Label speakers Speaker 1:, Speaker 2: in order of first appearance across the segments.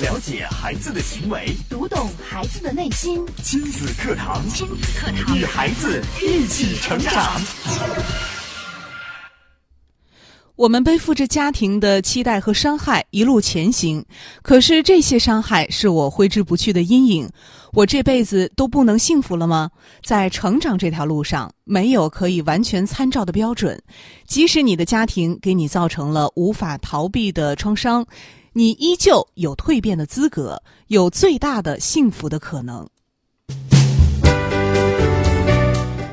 Speaker 1: 了解孩子的行为，
Speaker 2: 读懂孩子的内心，
Speaker 1: 亲子课堂，
Speaker 2: 亲子课堂
Speaker 1: 与孩子一起成长。
Speaker 3: 我们背负着家庭的期待和伤害一路前行，可是这些伤害是我挥之不去的阴影。我这辈子都不能幸福了吗？在成长这条路上，没有可以完全参照的标准。即使你的家庭给你造成了无法逃避的创伤，你依旧有蜕变的资格，有最大的幸福的可能。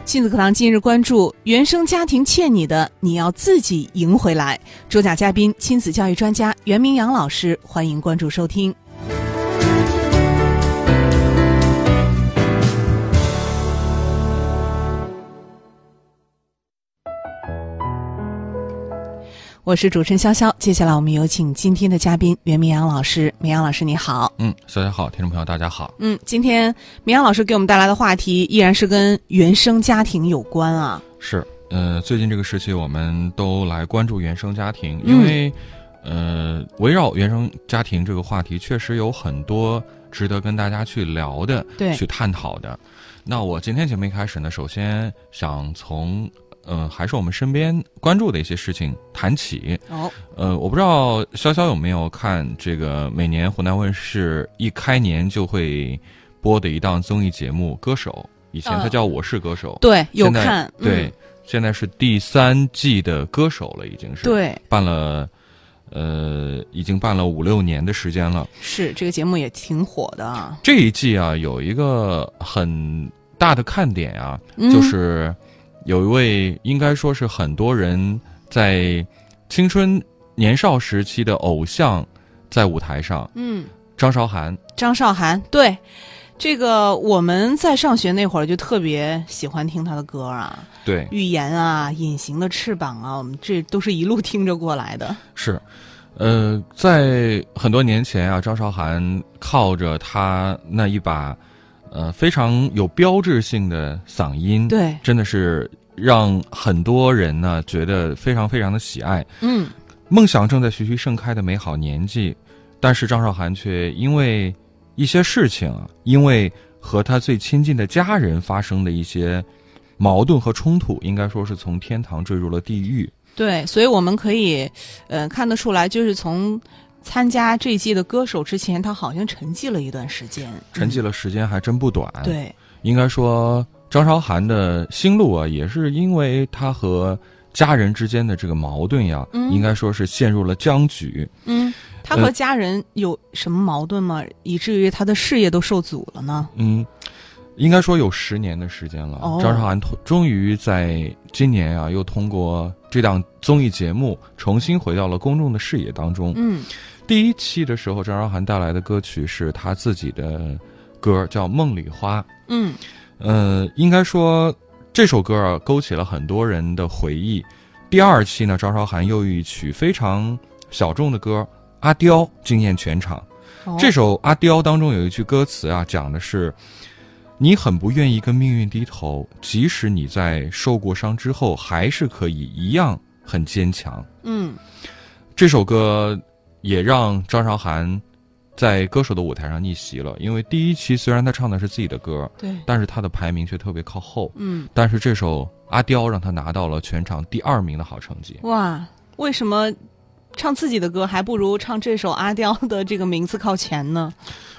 Speaker 3: 亲子课堂今日关注：原生家庭欠你的，你要自己赢回来。主讲嘉宾：亲子教育专家袁明阳老师，欢迎关注收听。我是主持人潇潇，接下来我们有请今天的嘉宾袁明阳老师。明阳老师，你好。
Speaker 4: 嗯，小家好，听众朋友大家好。
Speaker 3: 嗯，今天明阳老师给我们带来的话题依然是跟原生家庭有关啊。
Speaker 4: 是，呃，最近这个时期，我们都来关注原生家庭，
Speaker 3: 嗯
Speaker 4: 因为，呃，围绕原生家庭这个话题，确实有很多值得跟大家去聊的，
Speaker 3: 对
Speaker 4: 去探讨的。那我今天节目一开始呢，首先想从，呃，还是我们身边关注的一些事情谈起。
Speaker 3: 哦，
Speaker 4: 呃，我不知道潇潇有没有看这个每年湖南卫视一开年就会播的一档综艺节目《歌手》，以前它
Speaker 3: 嗯
Speaker 4: 叫《我是歌手》
Speaker 3: 对，有
Speaker 4: 现在
Speaker 3: 看，
Speaker 4: 对，
Speaker 3: 嗯、
Speaker 4: 现在是第三季的歌手了，已经是，
Speaker 3: 对，
Speaker 4: 办了，呃，已经办了五六年的时间了。
Speaker 3: 是这个节目也挺火的啊。
Speaker 4: 这一季啊，有一个很大的看点啊，
Speaker 3: 嗯
Speaker 4: 就是有一位应该说是很多人在青春年少时期的偶像，在舞台上，
Speaker 3: 嗯，
Speaker 4: 张韶涵，
Speaker 3: 张韶涵，对，这个我们在上学那会儿就特别喜欢听她的歌啊，
Speaker 4: 对，
Speaker 3: 《预言》啊，《隐形的翅膀》啊，我们这都是一路听着过来的。
Speaker 4: 是，呃，在很多年前啊，张韶涵靠着她那一把，呃，非常有标志性的嗓音，，
Speaker 3: 对，
Speaker 4: 真的是让很多人呢觉得非常非常的喜爱。
Speaker 3: 嗯，
Speaker 4: 梦想正在徐徐盛开的美好年纪，但是张韶涵却因为一些事情啊，因为和她最亲近的家人发生的一些矛盾和冲突，应该说是从天堂坠入了地狱。
Speaker 3: 嗯对，所以我们可以，呃，看得出来，就是从参加这一季的歌手之前，他好像沉寂了一段时间。
Speaker 4: 沉寂
Speaker 3: 了。
Speaker 4: 了时间还真不短。，
Speaker 3: 对，
Speaker 4: 应该说张韶涵的心路啊，也是因为她和家人之间的这个矛盾呀、
Speaker 3: 嗯
Speaker 4: 应该说是陷入了僵局。
Speaker 3: 嗯，他和家人有什么矛盾吗？以至于他的事业都受阻了呢？
Speaker 4: 嗯，应该说有十年的时间了。
Speaker 3: 哦
Speaker 4: 张韶涵通终于在今年啊，又通过这档综艺节目重新回到了公众的视野当中。
Speaker 3: 嗯，
Speaker 4: 第一期的时候，张韶涵带来的歌曲是她自己的歌，叫《梦里花》。
Speaker 3: 嗯，
Speaker 4: 呃，应该说这首歌啊，勾起了很多人的回忆。第二期呢，张韶涵又一曲非常小众的歌《阿刁》惊艳全场。
Speaker 3: 哦
Speaker 4: 这首《阿刁》当中有一句歌词啊，讲的是你很不愿意跟命运低头，即使你在受过伤之后，还是可以一样很坚强。
Speaker 3: 嗯，
Speaker 4: 这首歌也让张韶涵在歌手的舞台上逆袭了，因为第一期虽然她唱的是自己的歌，
Speaker 3: 对，
Speaker 4: 但是她的排名却特别靠后。
Speaker 3: 嗯，
Speaker 4: 但是这首《阿刁》让她拿到了全场第二名的好成绩。
Speaker 3: 哇，为什么唱自己的歌还不如唱这首阿刁的这个名字靠前呢？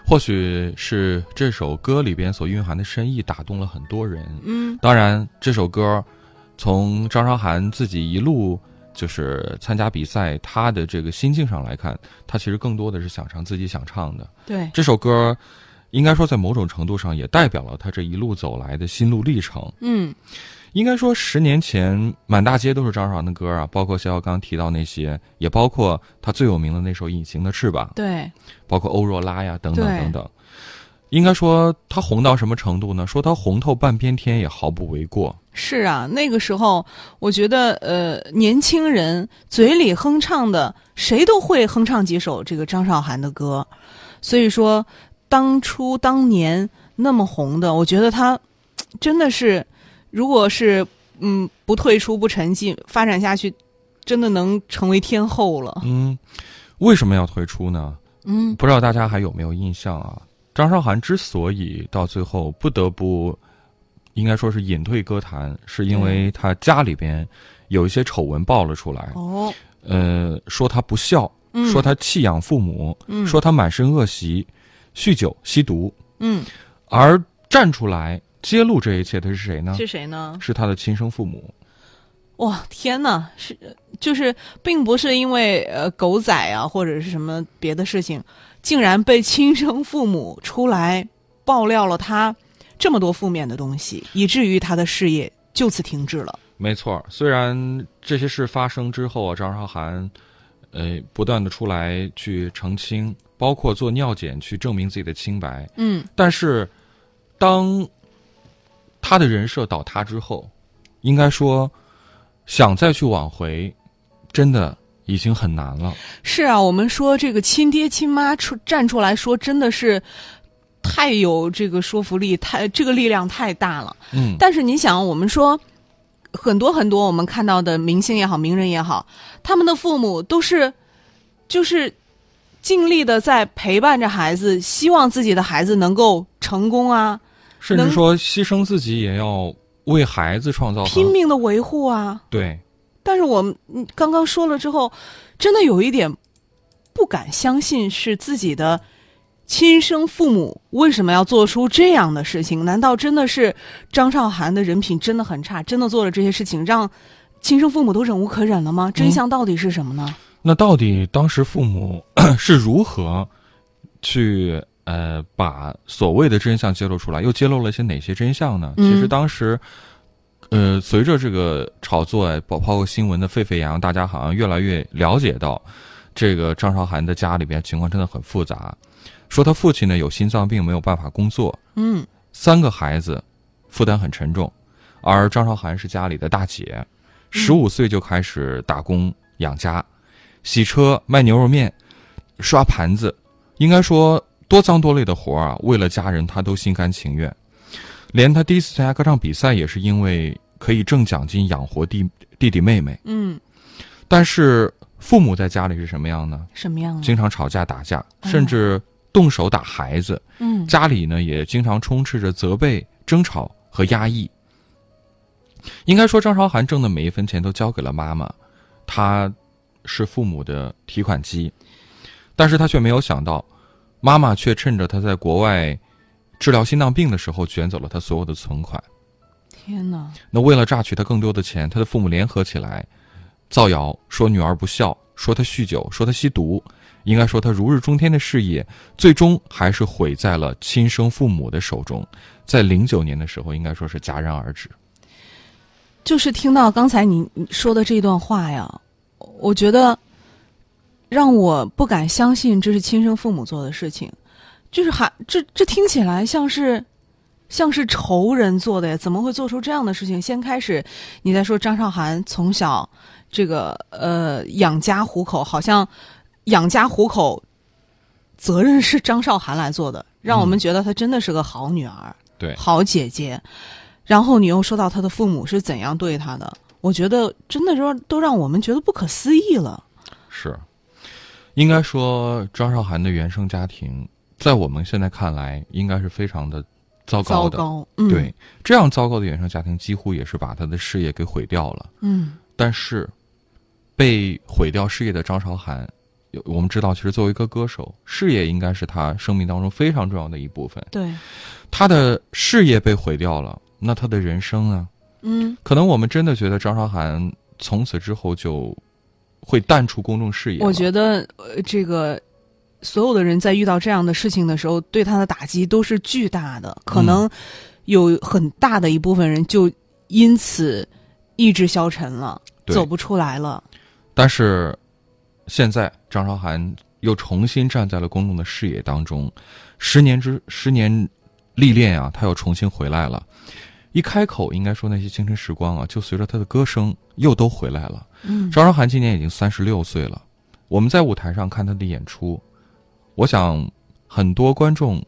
Speaker 4: 或许是这首歌里边所蕴含的深意打动了很多人。
Speaker 3: 嗯，
Speaker 4: 当然，这首歌从张韶涵自己一路就是参加比赛，她的这个心境上来看，她其实更多的是想唱自己想唱的。
Speaker 3: 对，
Speaker 4: 这首歌应该说在某种程度上也代表了她这一路走来的心路历程。
Speaker 3: 嗯，
Speaker 4: 应该说，十年前满大街都是张韶涵的歌啊，包括肖肖刚提到那些，也包括她最有名的那首《隐形的翅膀》。
Speaker 3: 对，
Speaker 4: 包括欧若拉呀等等
Speaker 3: 对
Speaker 4: 等等。应该说她红到什么程度呢？说她红透半边天也毫不为过。
Speaker 3: 是啊，那个时候我觉得，呃，年轻人嘴里哼唱的，谁都会哼唱几首这个张韶涵的歌，所以说当初当年那么红的，我觉得她真的是，如果是嗯不退出不沉寂，发展下去，真的能成为天后了。
Speaker 4: 嗯，为什么要退出呢？
Speaker 3: 嗯
Speaker 4: 不知道大家还有没有印象啊？张韶涵之所以到最后不得不，应该说是隐退歌坛，是因为她家里边有一些丑闻爆了出来。
Speaker 3: 哦，
Speaker 4: 呃，说她不孝，
Speaker 3: 嗯
Speaker 4: 说她弃养父母，
Speaker 3: 嗯
Speaker 4: 说她满身恶习、酗酒、吸毒。
Speaker 3: 嗯
Speaker 4: 而站出来揭露这一切的是谁呢？
Speaker 3: 是谁呢？
Speaker 4: 是她的亲生父母。
Speaker 3: 哇，天哪，是就是，并不是因为呃狗仔啊或者是什么别的事情，竟然被亲生父母出来爆料了他这么多负面的东西，以至于他的事业就此停滞了。
Speaker 4: 没错，虽然这些事发生之后啊，张韶涵，呃，不断的出来去澄清，包括做尿检去证明自己的清白，
Speaker 3: 嗯
Speaker 4: 但是当她的人设倒塌之后，应该说想再去挽回，真的已经很难了。
Speaker 3: 是啊，我们说这个亲爹亲妈出站出来说，真的是太有这个说服力，太这个力量太大了。
Speaker 4: 嗯，
Speaker 3: 但是你想，我们说很多很多我们看到的明星也好，名人也好，他们的父母都是就是尽力的在陪伴着孩子，希望自己的孩子能够成功啊，
Speaker 4: 甚至
Speaker 3: 能
Speaker 4: 说牺牲自己也要为孩子创造很
Speaker 3: 拼命的维护啊。
Speaker 4: 对。
Speaker 3: 但是我们嗯刚刚说了之后，真的有一点不敢相信是自己的亲生父母为什么要做出这样的事情？难道真的是张韶涵的人品真的很差，真的做了这些事情让亲生父母都忍无可忍了吗？真相到底是什么呢？
Speaker 4: 那到底当时父母 是如何去呃把所谓的真相揭露出来？又揭露了一些哪些真相呢？
Speaker 3: 嗯
Speaker 4: 其实当时，呃，随着这个炒作，哎包包括新闻的沸沸扬扬，大家好像越来越了解到，这个张韶涵的家里边情况真的很复杂。说他父亲呢有心脏病，没有办法工作，
Speaker 3: 嗯
Speaker 4: 三个孩子，负担很沉重，而张韶涵是家里的大姐，十五岁就开始打工养家，洗车、卖牛肉面、刷盘子，应该说多脏多累的活儿啊，为了家人她都心甘情愿。连她第一次参加歌唱比赛也是因为可以挣奖金养活弟弟弟妹妹，
Speaker 3: 嗯，
Speaker 4: 但是父母在家里是什么样呢？
Speaker 3: 什么样啊的？
Speaker 4: 经常吵架打架，甚至动手打孩子。
Speaker 3: 嗯
Speaker 4: 家里呢也经常充斥着责备、争吵和压抑。应该说，张韶涵挣的每一分钱都交给了妈妈，她是父母的提款机，但是她却没有想到，妈妈却趁着她在国外治疗心脏病的时候卷走了她所有的存款。
Speaker 3: 天哪！
Speaker 4: 那为了榨取她更多的钱，她的父母联合起来造谣，说女儿不孝，说她酗酒，说她吸毒。应该说，她如日中天的事业，最终还是毁在了亲生父母的手中。在零九年的时候，应该说是戛然而止。
Speaker 3: 就是听到刚才你你说的这段话呀，我觉得让我不敢相信这是亲生父母做的事情，就是还这这听起来像是像是仇人做的呀，怎么会做出这样的事情？先开始你在说张韶涵从小这个呃养家糊口，好像养家糊口责任是张韶涵来做的，让我们觉得她真的是个好女儿。
Speaker 4: 对，
Speaker 3: 好姐姐，然后你又说到她的父母是怎样对她的，我觉得真的让都让我们觉得不可思议了。
Speaker 4: 是，应该说张韶涵的原生家庭，在我们现在看来，应该是非常的糟糕
Speaker 3: 糟
Speaker 4: 的。
Speaker 3: 糕，嗯，
Speaker 4: 对，，这样糟糕的原生家庭，几乎也是把她的事业给毁掉了。
Speaker 3: 嗯
Speaker 4: 但是，被毁掉事业的张韶涵，有我们知道，其实作为一个歌手，事业应该是她生命当中非常重要的一部分。
Speaker 3: 对，
Speaker 4: 她的事业被毁掉了，那她的人生呢？
Speaker 3: 嗯
Speaker 4: 可能我们真的觉得张韶涵从此之后就会淡出公众视野了。
Speaker 3: 我觉得呃，这个所有的人在遇到这样的事情的时候，对他的打击都是巨大的，可
Speaker 4: 嗯
Speaker 3: 能有很大的一部分人就因此意志消沉了，
Speaker 4: 对
Speaker 3: 走不出来了。
Speaker 4: 但是现在张韶涵又重新站在了公众的视野当中，十年之十年历练啊，她又重新回来了。一开口，应该说那些青春时光啊，就随着她的歌声又都回来了。
Speaker 3: 嗯
Speaker 4: 张韶涵今年已经三十六岁了，我们在舞台上看她的演出，我想很多观众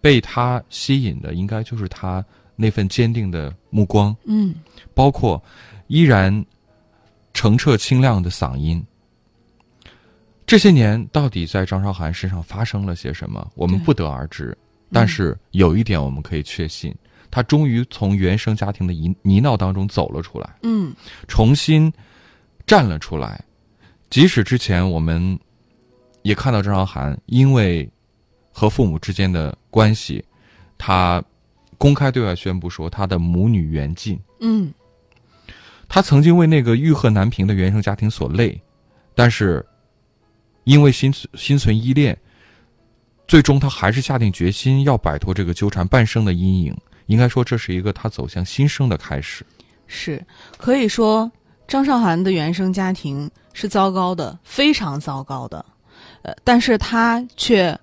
Speaker 4: 被她吸引的，应该就是她那份坚定的目光，
Speaker 3: 嗯
Speaker 4: 包括依然澄澈清亮的嗓音。这些年到底在张韶涵身上发生了些什么，我们
Speaker 3: 对
Speaker 4: 不得而知。嗯但是有一点我们可以确信，她终于从原生家庭的泥泥淖当中走了出来，
Speaker 3: 嗯
Speaker 4: 重新站了出来。即使之前我们也看到张韶涵因为和父母之间的关系，她公开对外宣布说她的母女缘尽。
Speaker 3: 嗯
Speaker 4: 她曾经为那个欲壑难平的原生家庭所累，但是因为心存心存依恋，最终她还是下定决心要摆脱这个纠缠半生的阴影。应该说，这是一个她走向新生的开始。
Speaker 3: 是，可以说张韶涵的原生家庭是糟糕的，非常糟糕的，呃，但是她却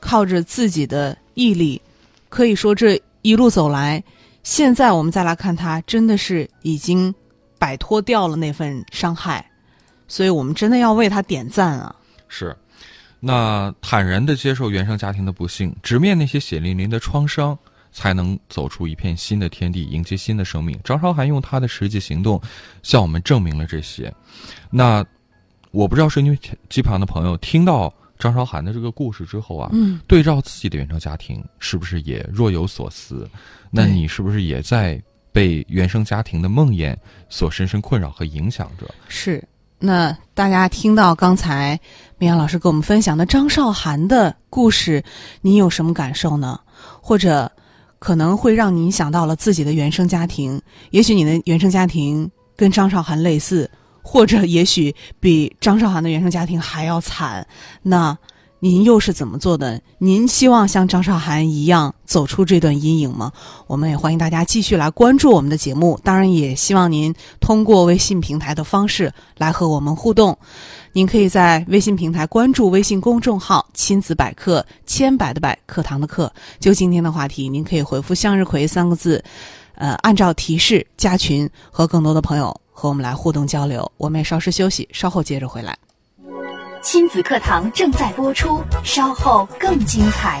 Speaker 3: 靠着自己的毅力，可以说这一路走来，现在我们再来看她，真的是已经摆脱掉了那份伤害，所以我们真的要为她点赞啊！
Speaker 4: 是，那坦然的接受原生家庭的不幸，直面那些血淋淋的创伤，才能走出一片新的天地，迎接新的生命。张韶涵用她的实际行动，向我们证明了这些。那我不知道收音机旁的朋友听到张韶涵的这个故事之后啊，
Speaker 3: 嗯，
Speaker 4: 对照自己的原生家庭，是不是也若有所思？那
Speaker 3: 对
Speaker 4: 你是不是也在被原生家庭的梦魇所深深困扰和影响着？
Speaker 3: 是。那大家听到刚才明阳老师给我们分享的张韶涵的故事，您有什么感受呢？或者可能会让您想到了自己的原生家庭，也许你的原生家庭跟张韶涵类似，或者也许比张韶涵的原生家庭还要惨。那您又是怎么做的？您希望像张韶涵一样走出这段阴影吗？我们也欢迎大家继续来关注我们的节目，当然也希望您通过微信平台的方式来和我们互动。您可以在微信平台关注微信公众号“亲子百科”，千百的百，课堂的课。就今天的话题，您可以回复“向日葵”三个字，呃，按照提示加群，和更多的朋友和我们来互动交流。我们也稍事休息，稍后接着回来。
Speaker 2: 亲子课堂正在播出，稍后更精彩。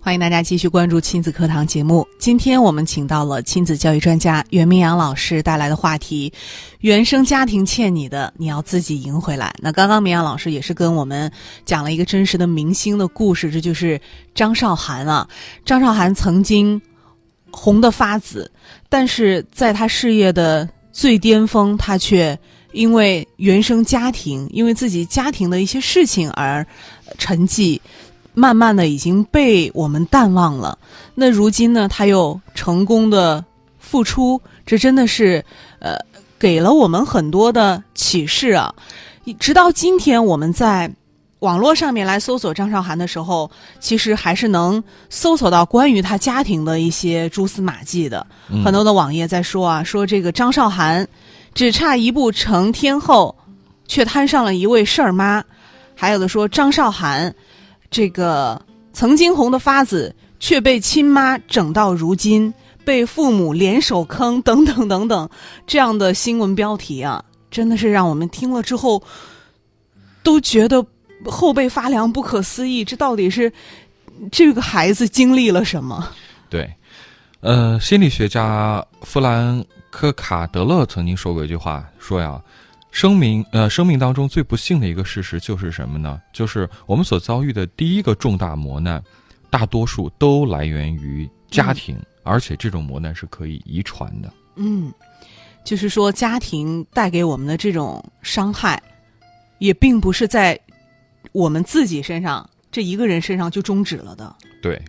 Speaker 3: 欢迎大家继续关注亲子课堂节目。今天我们请到了亲子教育专家袁明阳老师带来的话题：原生家庭欠你的，你要自己赢回来。那刚刚明阳老师也是跟我们讲了一个真实的明星的故事，这就是张韶涵啊。张韶涵曾经红得发紫，但是在她事业的最巅峰，她却因为原生家庭，因为自己家庭的一些事情而呃沉寂，慢慢的已经被我们淡忘了。那如今呢，他又成功的付出，这真的是呃给了我们很多的启示啊！一直到今天，我们在网络上面来搜索张韶涵的时候，其实还是能搜索到关于她家庭的一些蛛丝马迹的。
Speaker 4: 嗯
Speaker 3: 很多的网页在说啊，说这个张韶涵只差一步成天后，却摊上了一位事儿妈。还有的说张韶涵这个曾经红的发紫，却被亲妈整到如今，被父母联手坑，等等等等，这样的新闻标题啊，真的是让我们听了之后都觉得后背发凉，不可思议，这到底是这个孩子经历了什么？
Speaker 4: 对，呃，心理学家弗兰科卡德勒曾经说过一句话，说呀，生命呃，生命当中最不幸的一个事实就是什么呢？就是我们所遭遇的第一个重大磨难，大多数都来源于家庭，而且这种磨难是可以遗传的。
Speaker 3: 嗯，就是说家庭带给我们的这种伤害，也并不是在我们自己身上这一个人身上就终止了的。
Speaker 4: 对，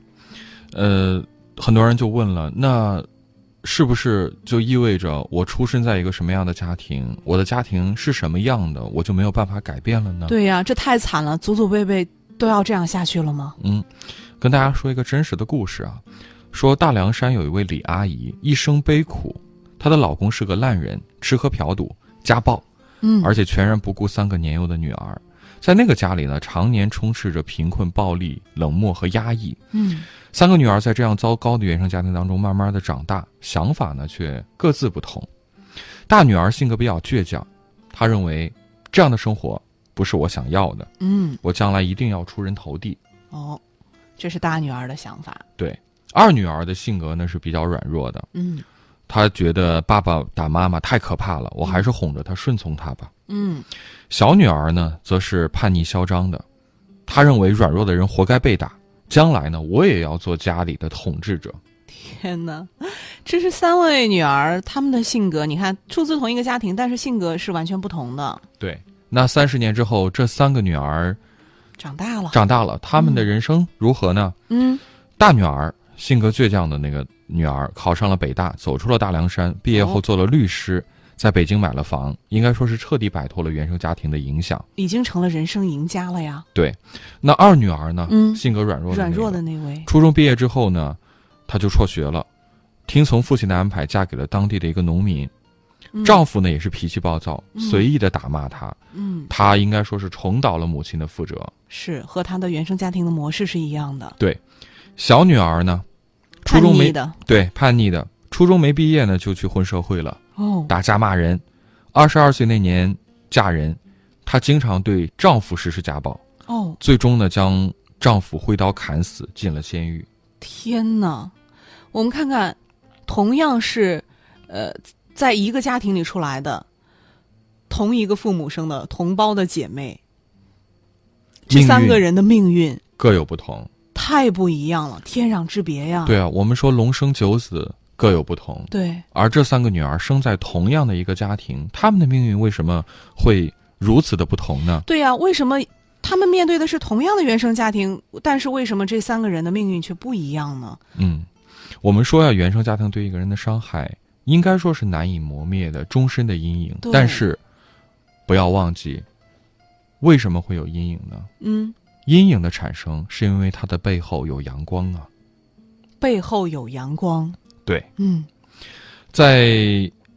Speaker 4: 呃，很多人就问了，那是不是就意味着我出生在一个什么样的家庭，我的家庭是什么样的，我就没有办法改变了呢？
Speaker 3: 对呀、这太惨了，祖祖辈辈都要这样下去了吗？
Speaker 4: 嗯，跟大家说一个真实的故事啊。说大凉山有一位李阿姨，一生悲苦，她的老公是个烂人，吃喝嫖赌，家暴，
Speaker 3: 嗯，
Speaker 4: 而且全然不顾三个年幼的女儿。在那个家里呢，常年充斥着贫困、暴力、冷漠和压抑。
Speaker 3: 嗯
Speaker 4: 三个女儿在这样糟糕的原生家庭当中慢慢的长大，想法呢却各自不同。大女儿性格比较倔强，她认为这样的生活不是我想要的，
Speaker 3: 嗯，
Speaker 4: 我将来一定要出人头地。
Speaker 3: 哦，这是大女儿的想法。
Speaker 4: 二女儿的性格呢是比较软弱的，
Speaker 3: 嗯
Speaker 4: 她觉得爸爸打妈妈太可怕了，我还是哄着她顺从她吧。
Speaker 3: 嗯
Speaker 4: 小女儿呢则是叛逆嚣张的，她认为软弱的人活该被打，将来呢我也要做家里的统治者。
Speaker 3: 天哪，这是三位女儿她们的性格，你看出自同一个家庭，但是性格是完全不同的。
Speaker 4: 对，那三十年之后，这三个女儿
Speaker 3: 长大了，
Speaker 4: 长大了，她们的人生如何呢？
Speaker 3: 嗯
Speaker 4: 大女儿性格倔强的那个女儿考上了北大，走出了大凉山，毕业后
Speaker 3: 哦
Speaker 4: 做了律师，在北京买了房，应该说是彻底摆脱了原生家庭的影响。
Speaker 3: 已经成了人生赢家了呀。
Speaker 4: 那二女儿呢？
Speaker 3: 嗯
Speaker 4: 性格软弱的那
Speaker 3: 软
Speaker 4: 个，
Speaker 3: 弱的那位，
Speaker 4: 初中毕业之后呢，她就辍学了，听从父亲的安排，嫁给了当地的一个农民。
Speaker 3: 嗯
Speaker 4: 丈夫呢也是脾气暴躁，
Speaker 3: 嗯
Speaker 4: 随意的打骂她，
Speaker 3: 嗯
Speaker 4: 她应该说是重蹈了母亲的覆辙。
Speaker 3: 是和她的原生家庭的模式是一样的，
Speaker 4: 小女儿呢，初
Speaker 3: 叛
Speaker 4: 中
Speaker 3: 逆
Speaker 4: 没
Speaker 3: 的
Speaker 4: 对叛逆的，初中没毕业呢就去混社会了，
Speaker 3: 哦，
Speaker 4: 打架骂人。二十二岁那年嫁人，她经常对丈夫实施家暴，
Speaker 3: 哦
Speaker 4: 最终呢将丈夫挥刀砍死，进了监狱。
Speaker 3: 天哪！我们看看，同样是呃，在一个家庭里出来的，同一个父母生的同胞的姐妹，这
Speaker 4: 命
Speaker 3: 三个
Speaker 4: 运
Speaker 3: 人的命运
Speaker 4: 各有不同。
Speaker 3: 太不一样了，天壤之别呀！
Speaker 4: 对啊，我们说龙生九子各有不同，
Speaker 3: 对
Speaker 4: 而这三个女儿生在同样的一个家庭，她们的命运为什么会如此的不同呢？
Speaker 3: 对呀、为什么他们面对的是同样的原生家庭，但是为什么这三个人的命运却不一样呢？
Speaker 4: 嗯，我们说呀、原生家庭对一个人的伤害，应该说是难以磨灭的终身的阴影。
Speaker 3: 对
Speaker 4: 但是，不要忘记，为什么会有阴影呢？
Speaker 3: 嗯，
Speaker 4: 阴影的产生是因为它的背后有阳光啊。
Speaker 3: 背后有阳光。
Speaker 4: 对，
Speaker 3: 嗯
Speaker 4: 在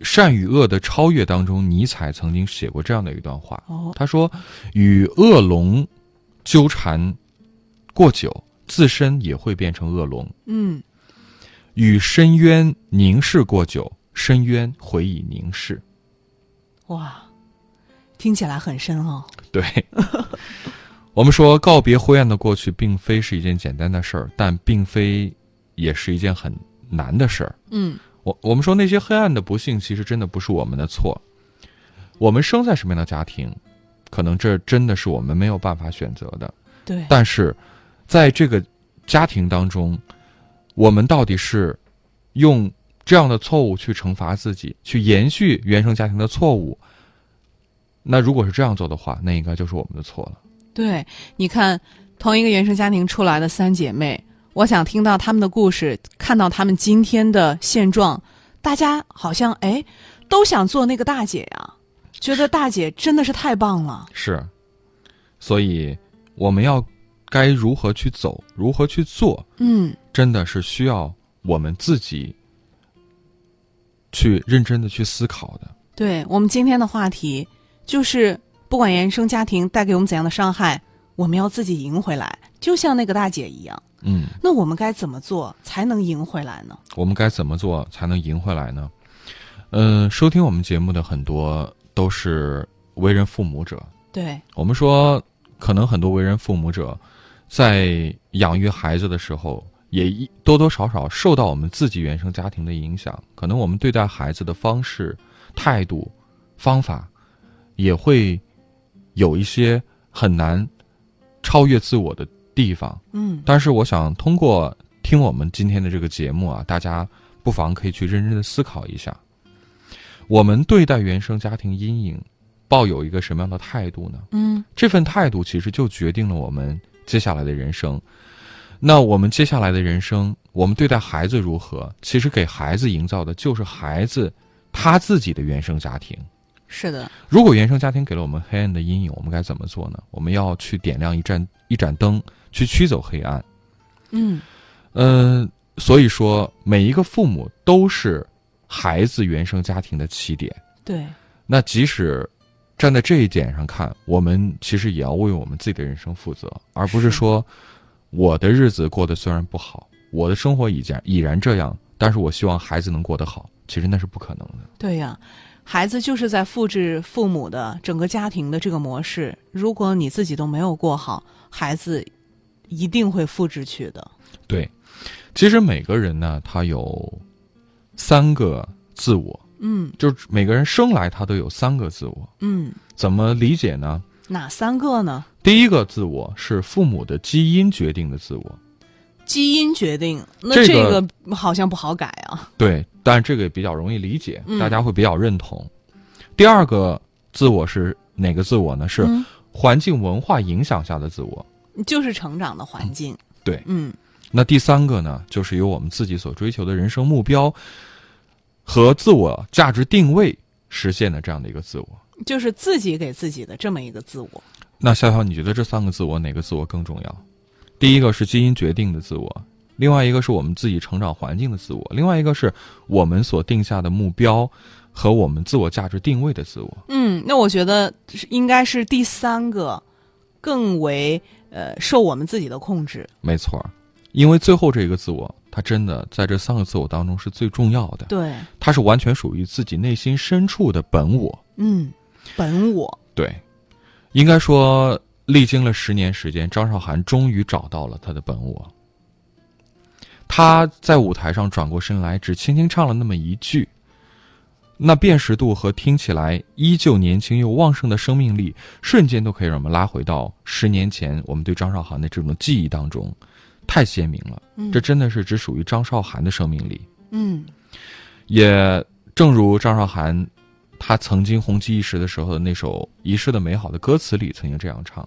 Speaker 4: 善与恶的超越当中，尼采曾经写过这样的一段话。
Speaker 3: 哦，
Speaker 4: 他说：“与恶龙纠缠过久，自身也会变成恶龙；
Speaker 3: 嗯，
Speaker 4: 与深渊凝视过久，深渊回以凝视。
Speaker 3: 哇，听起来很深哦。”
Speaker 4: 对，我们说告别灰暗的过去，并非是一件简单的事儿，但并非也是一件很难的事儿。
Speaker 3: 嗯
Speaker 4: 我我们说那些黑暗的不幸，其实真的不是我们的错。我们生在什么样的家庭，可能这真的是我们没有办法选择的。，
Speaker 3: 对，
Speaker 4: 但是，在这个家庭当中，我们到底是用这样的错误去惩罚自己，去延续原生家庭的错误？那如果是这样做的话，那应该就是我们的错了。
Speaker 3: 对，你看，同一个原生家庭出来的三姐妹，我想听到她们的故事，看到她们今天的现状，大家好像哎，都想做那个大姐呀、觉得大姐真的是太棒了。
Speaker 4: 是，所以我们要该如何去走，如何去做，
Speaker 3: 嗯，
Speaker 4: 真的是需要我们自己去认真的去思考的。
Speaker 3: 对我们今天的话题就是，不管原生家庭带给我们怎样的伤害，我们要自己赢回来，就像那个大姐一样。
Speaker 4: 嗯。
Speaker 3: 那我们该怎么做才能赢回来呢？
Speaker 4: 我们该怎么做才能赢回来呢？嗯、收听我们节目的很多都是为人父母者，
Speaker 3: 对，
Speaker 4: 我们说，可能很多为人父母者，在养育孩子的时候，也一多多少少受到我们自己原生家庭的影响，可能我们对待孩子的方式、态度、方法，也会有一些很难超越自我的地方。
Speaker 3: 嗯，
Speaker 4: 但是我想通过听我们今天的这个节目啊，大家不妨可以去认真的思考一下，我们对待原生家庭阴影，抱有一个什么样的态度呢？
Speaker 3: 嗯，
Speaker 4: 这份态度其实就决定了我们接下来的人生。那我们接下来的人生，我们对待孩子如何？其实给孩子营造的就是孩子他自己的原生家庭。
Speaker 3: 是的，
Speaker 4: 如果原生家庭给了我们黑暗的阴影，我们该怎么做呢？我们要去点亮一盏一盏灯，去驱走黑暗。
Speaker 3: 嗯
Speaker 4: 嗯，所以说，每一个父母都是孩子原生家庭的起点。
Speaker 3: 对，
Speaker 4: 那即使站在这一点上看，我们其实也要为我们自己的人生负责，而不是说我的日子过得虽然不好，我的生活已然已然这样，但是我希望孩子能过得好。其实那是不可能的。
Speaker 3: 对呀、孩子就是在复制父母的整个家庭的这个模式。如果你自己都没有过好，孩子一定会复制去的。
Speaker 4: 对，其实每个人呢，他有三个自我，
Speaker 3: 嗯
Speaker 4: 就是每个人生来他都有三个自我。
Speaker 3: 嗯，
Speaker 4: 怎么理解呢？
Speaker 3: 哪三个呢？
Speaker 4: 第一个自我是父母的基因决定的自我，
Speaker 3: 基因决定，那
Speaker 4: 这
Speaker 3: 这
Speaker 4: 个
Speaker 3: 个好像不好改啊。
Speaker 4: 对，但这个也比较容易理解，
Speaker 3: 嗯
Speaker 4: 大家会比较认同。第二个自我是哪个自我呢？是
Speaker 3: 嗯
Speaker 4: 环境文化影响下的自我。
Speaker 3: 就是成长的环境。
Speaker 4: 对
Speaker 3: 嗯，
Speaker 4: 那第三个呢，就是由我们自己所追求的人生目标和自我价值定位实现的这样的一个自我。
Speaker 3: 就是自己给自己的这么一个自我。
Speaker 4: 那潇潇，你觉得这三个自我哪个自我更重要？第一个是基因决定的自我，另外一个是我们自己成长环境的自我，另外一个是我们所定下的目标和我们自我价值定位的自我。
Speaker 3: 嗯，那我觉得是应该是第三个，更为呃受我们自己的控制。
Speaker 4: 没错儿，因为最后这个自我，它真的在这三个自我当中是最重要的，
Speaker 3: 对，
Speaker 4: 它是完全属于自己内心深处的本我。
Speaker 3: 嗯，本我。
Speaker 4: 对，应该说历经了十年时间，张韶涵终于找到了她的本我。她在舞台上转过身来，只轻轻唱了那么一句，那辨识度和听起来依旧年轻又旺盛的生命力，瞬间都可以让我们拉回到十年前我们对张韶涵的这种记忆当中，太鲜明了。
Speaker 3: 嗯
Speaker 4: 这真的是只属于张韶涵的生命力。
Speaker 3: 嗯
Speaker 4: 也正如张韶涵，她曾经红极一时的时候的那首《遗失的美好》的歌词里曾经这样唱：“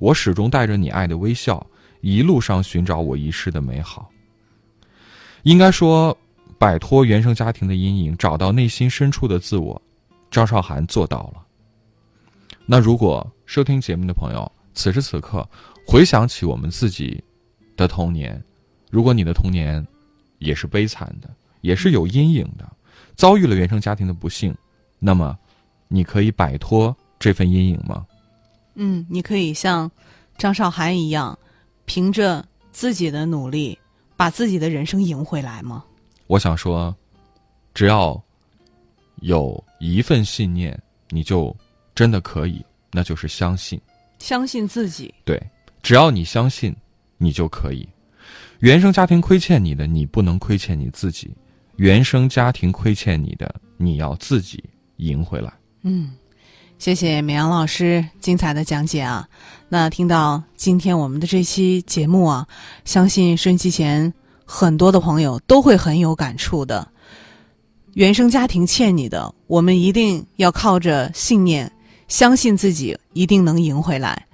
Speaker 4: 我始终带着你爱的微笑，一路上寻找我遗失的美好。”应该说，摆脱原生家庭的阴影，找到内心深处的自我，张韶涵做到了。那如果收听节目的朋友，此时此刻回想起我们自己的童年，如果你的童年也是悲惨的，也是有阴影的，遭遇了原生家庭的不幸，那么你可以摆脱这份阴影吗？
Speaker 3: 嗯，你可以像张韶涵一样，凭着自己的努力，把自己的人生赢回来吗？
Speaker 4: 我想说，只要有一份信念，你就真的可以，那就是相信。
Speaker 3: 相信自己。
Speaker 4: 对，只要你相信，你就可以。原生家庭亏欠你的，你不能亏欠你自己；原生家庭亏欠你的，你要自己赢回来。
Speaker 3: 嗯，谢谢绵阳老师精彩的讲解啊。那听到今天我们的这期节目啊，相信收音机前很多的朋友都会很有感触的。原生家庭欠你的，我们一定要靠着信念，相信自己一定能赢回来。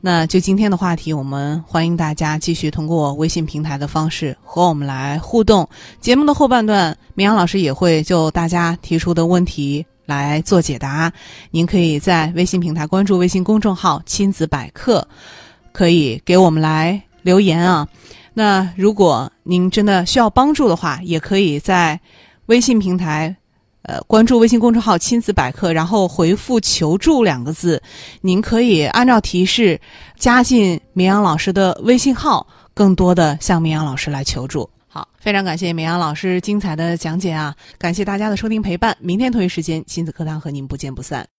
Speaker 3: 那就今天的话题，我们欢迎大家继续通过微信平台的方式和我们来互动。节目的后半段，明阳老师也会就大家提出的问题来做解答。您可以在微信平台呃关注微信公众号“亲子百科”，可以给我们来留言啊。那如果您真的需要帮助的话，也可以在微信平台。呃，关注微信公众号“亲子百科”，然后回复“求助”两个字，您可以按照提示加进绵阳老师的微信号，更多的向绵阳老师来求助。好，非常感谢绵阳老师精彩的讲解啊！感谢大家的收听陪伴，明天同一时间亲子课堂和您不见不散。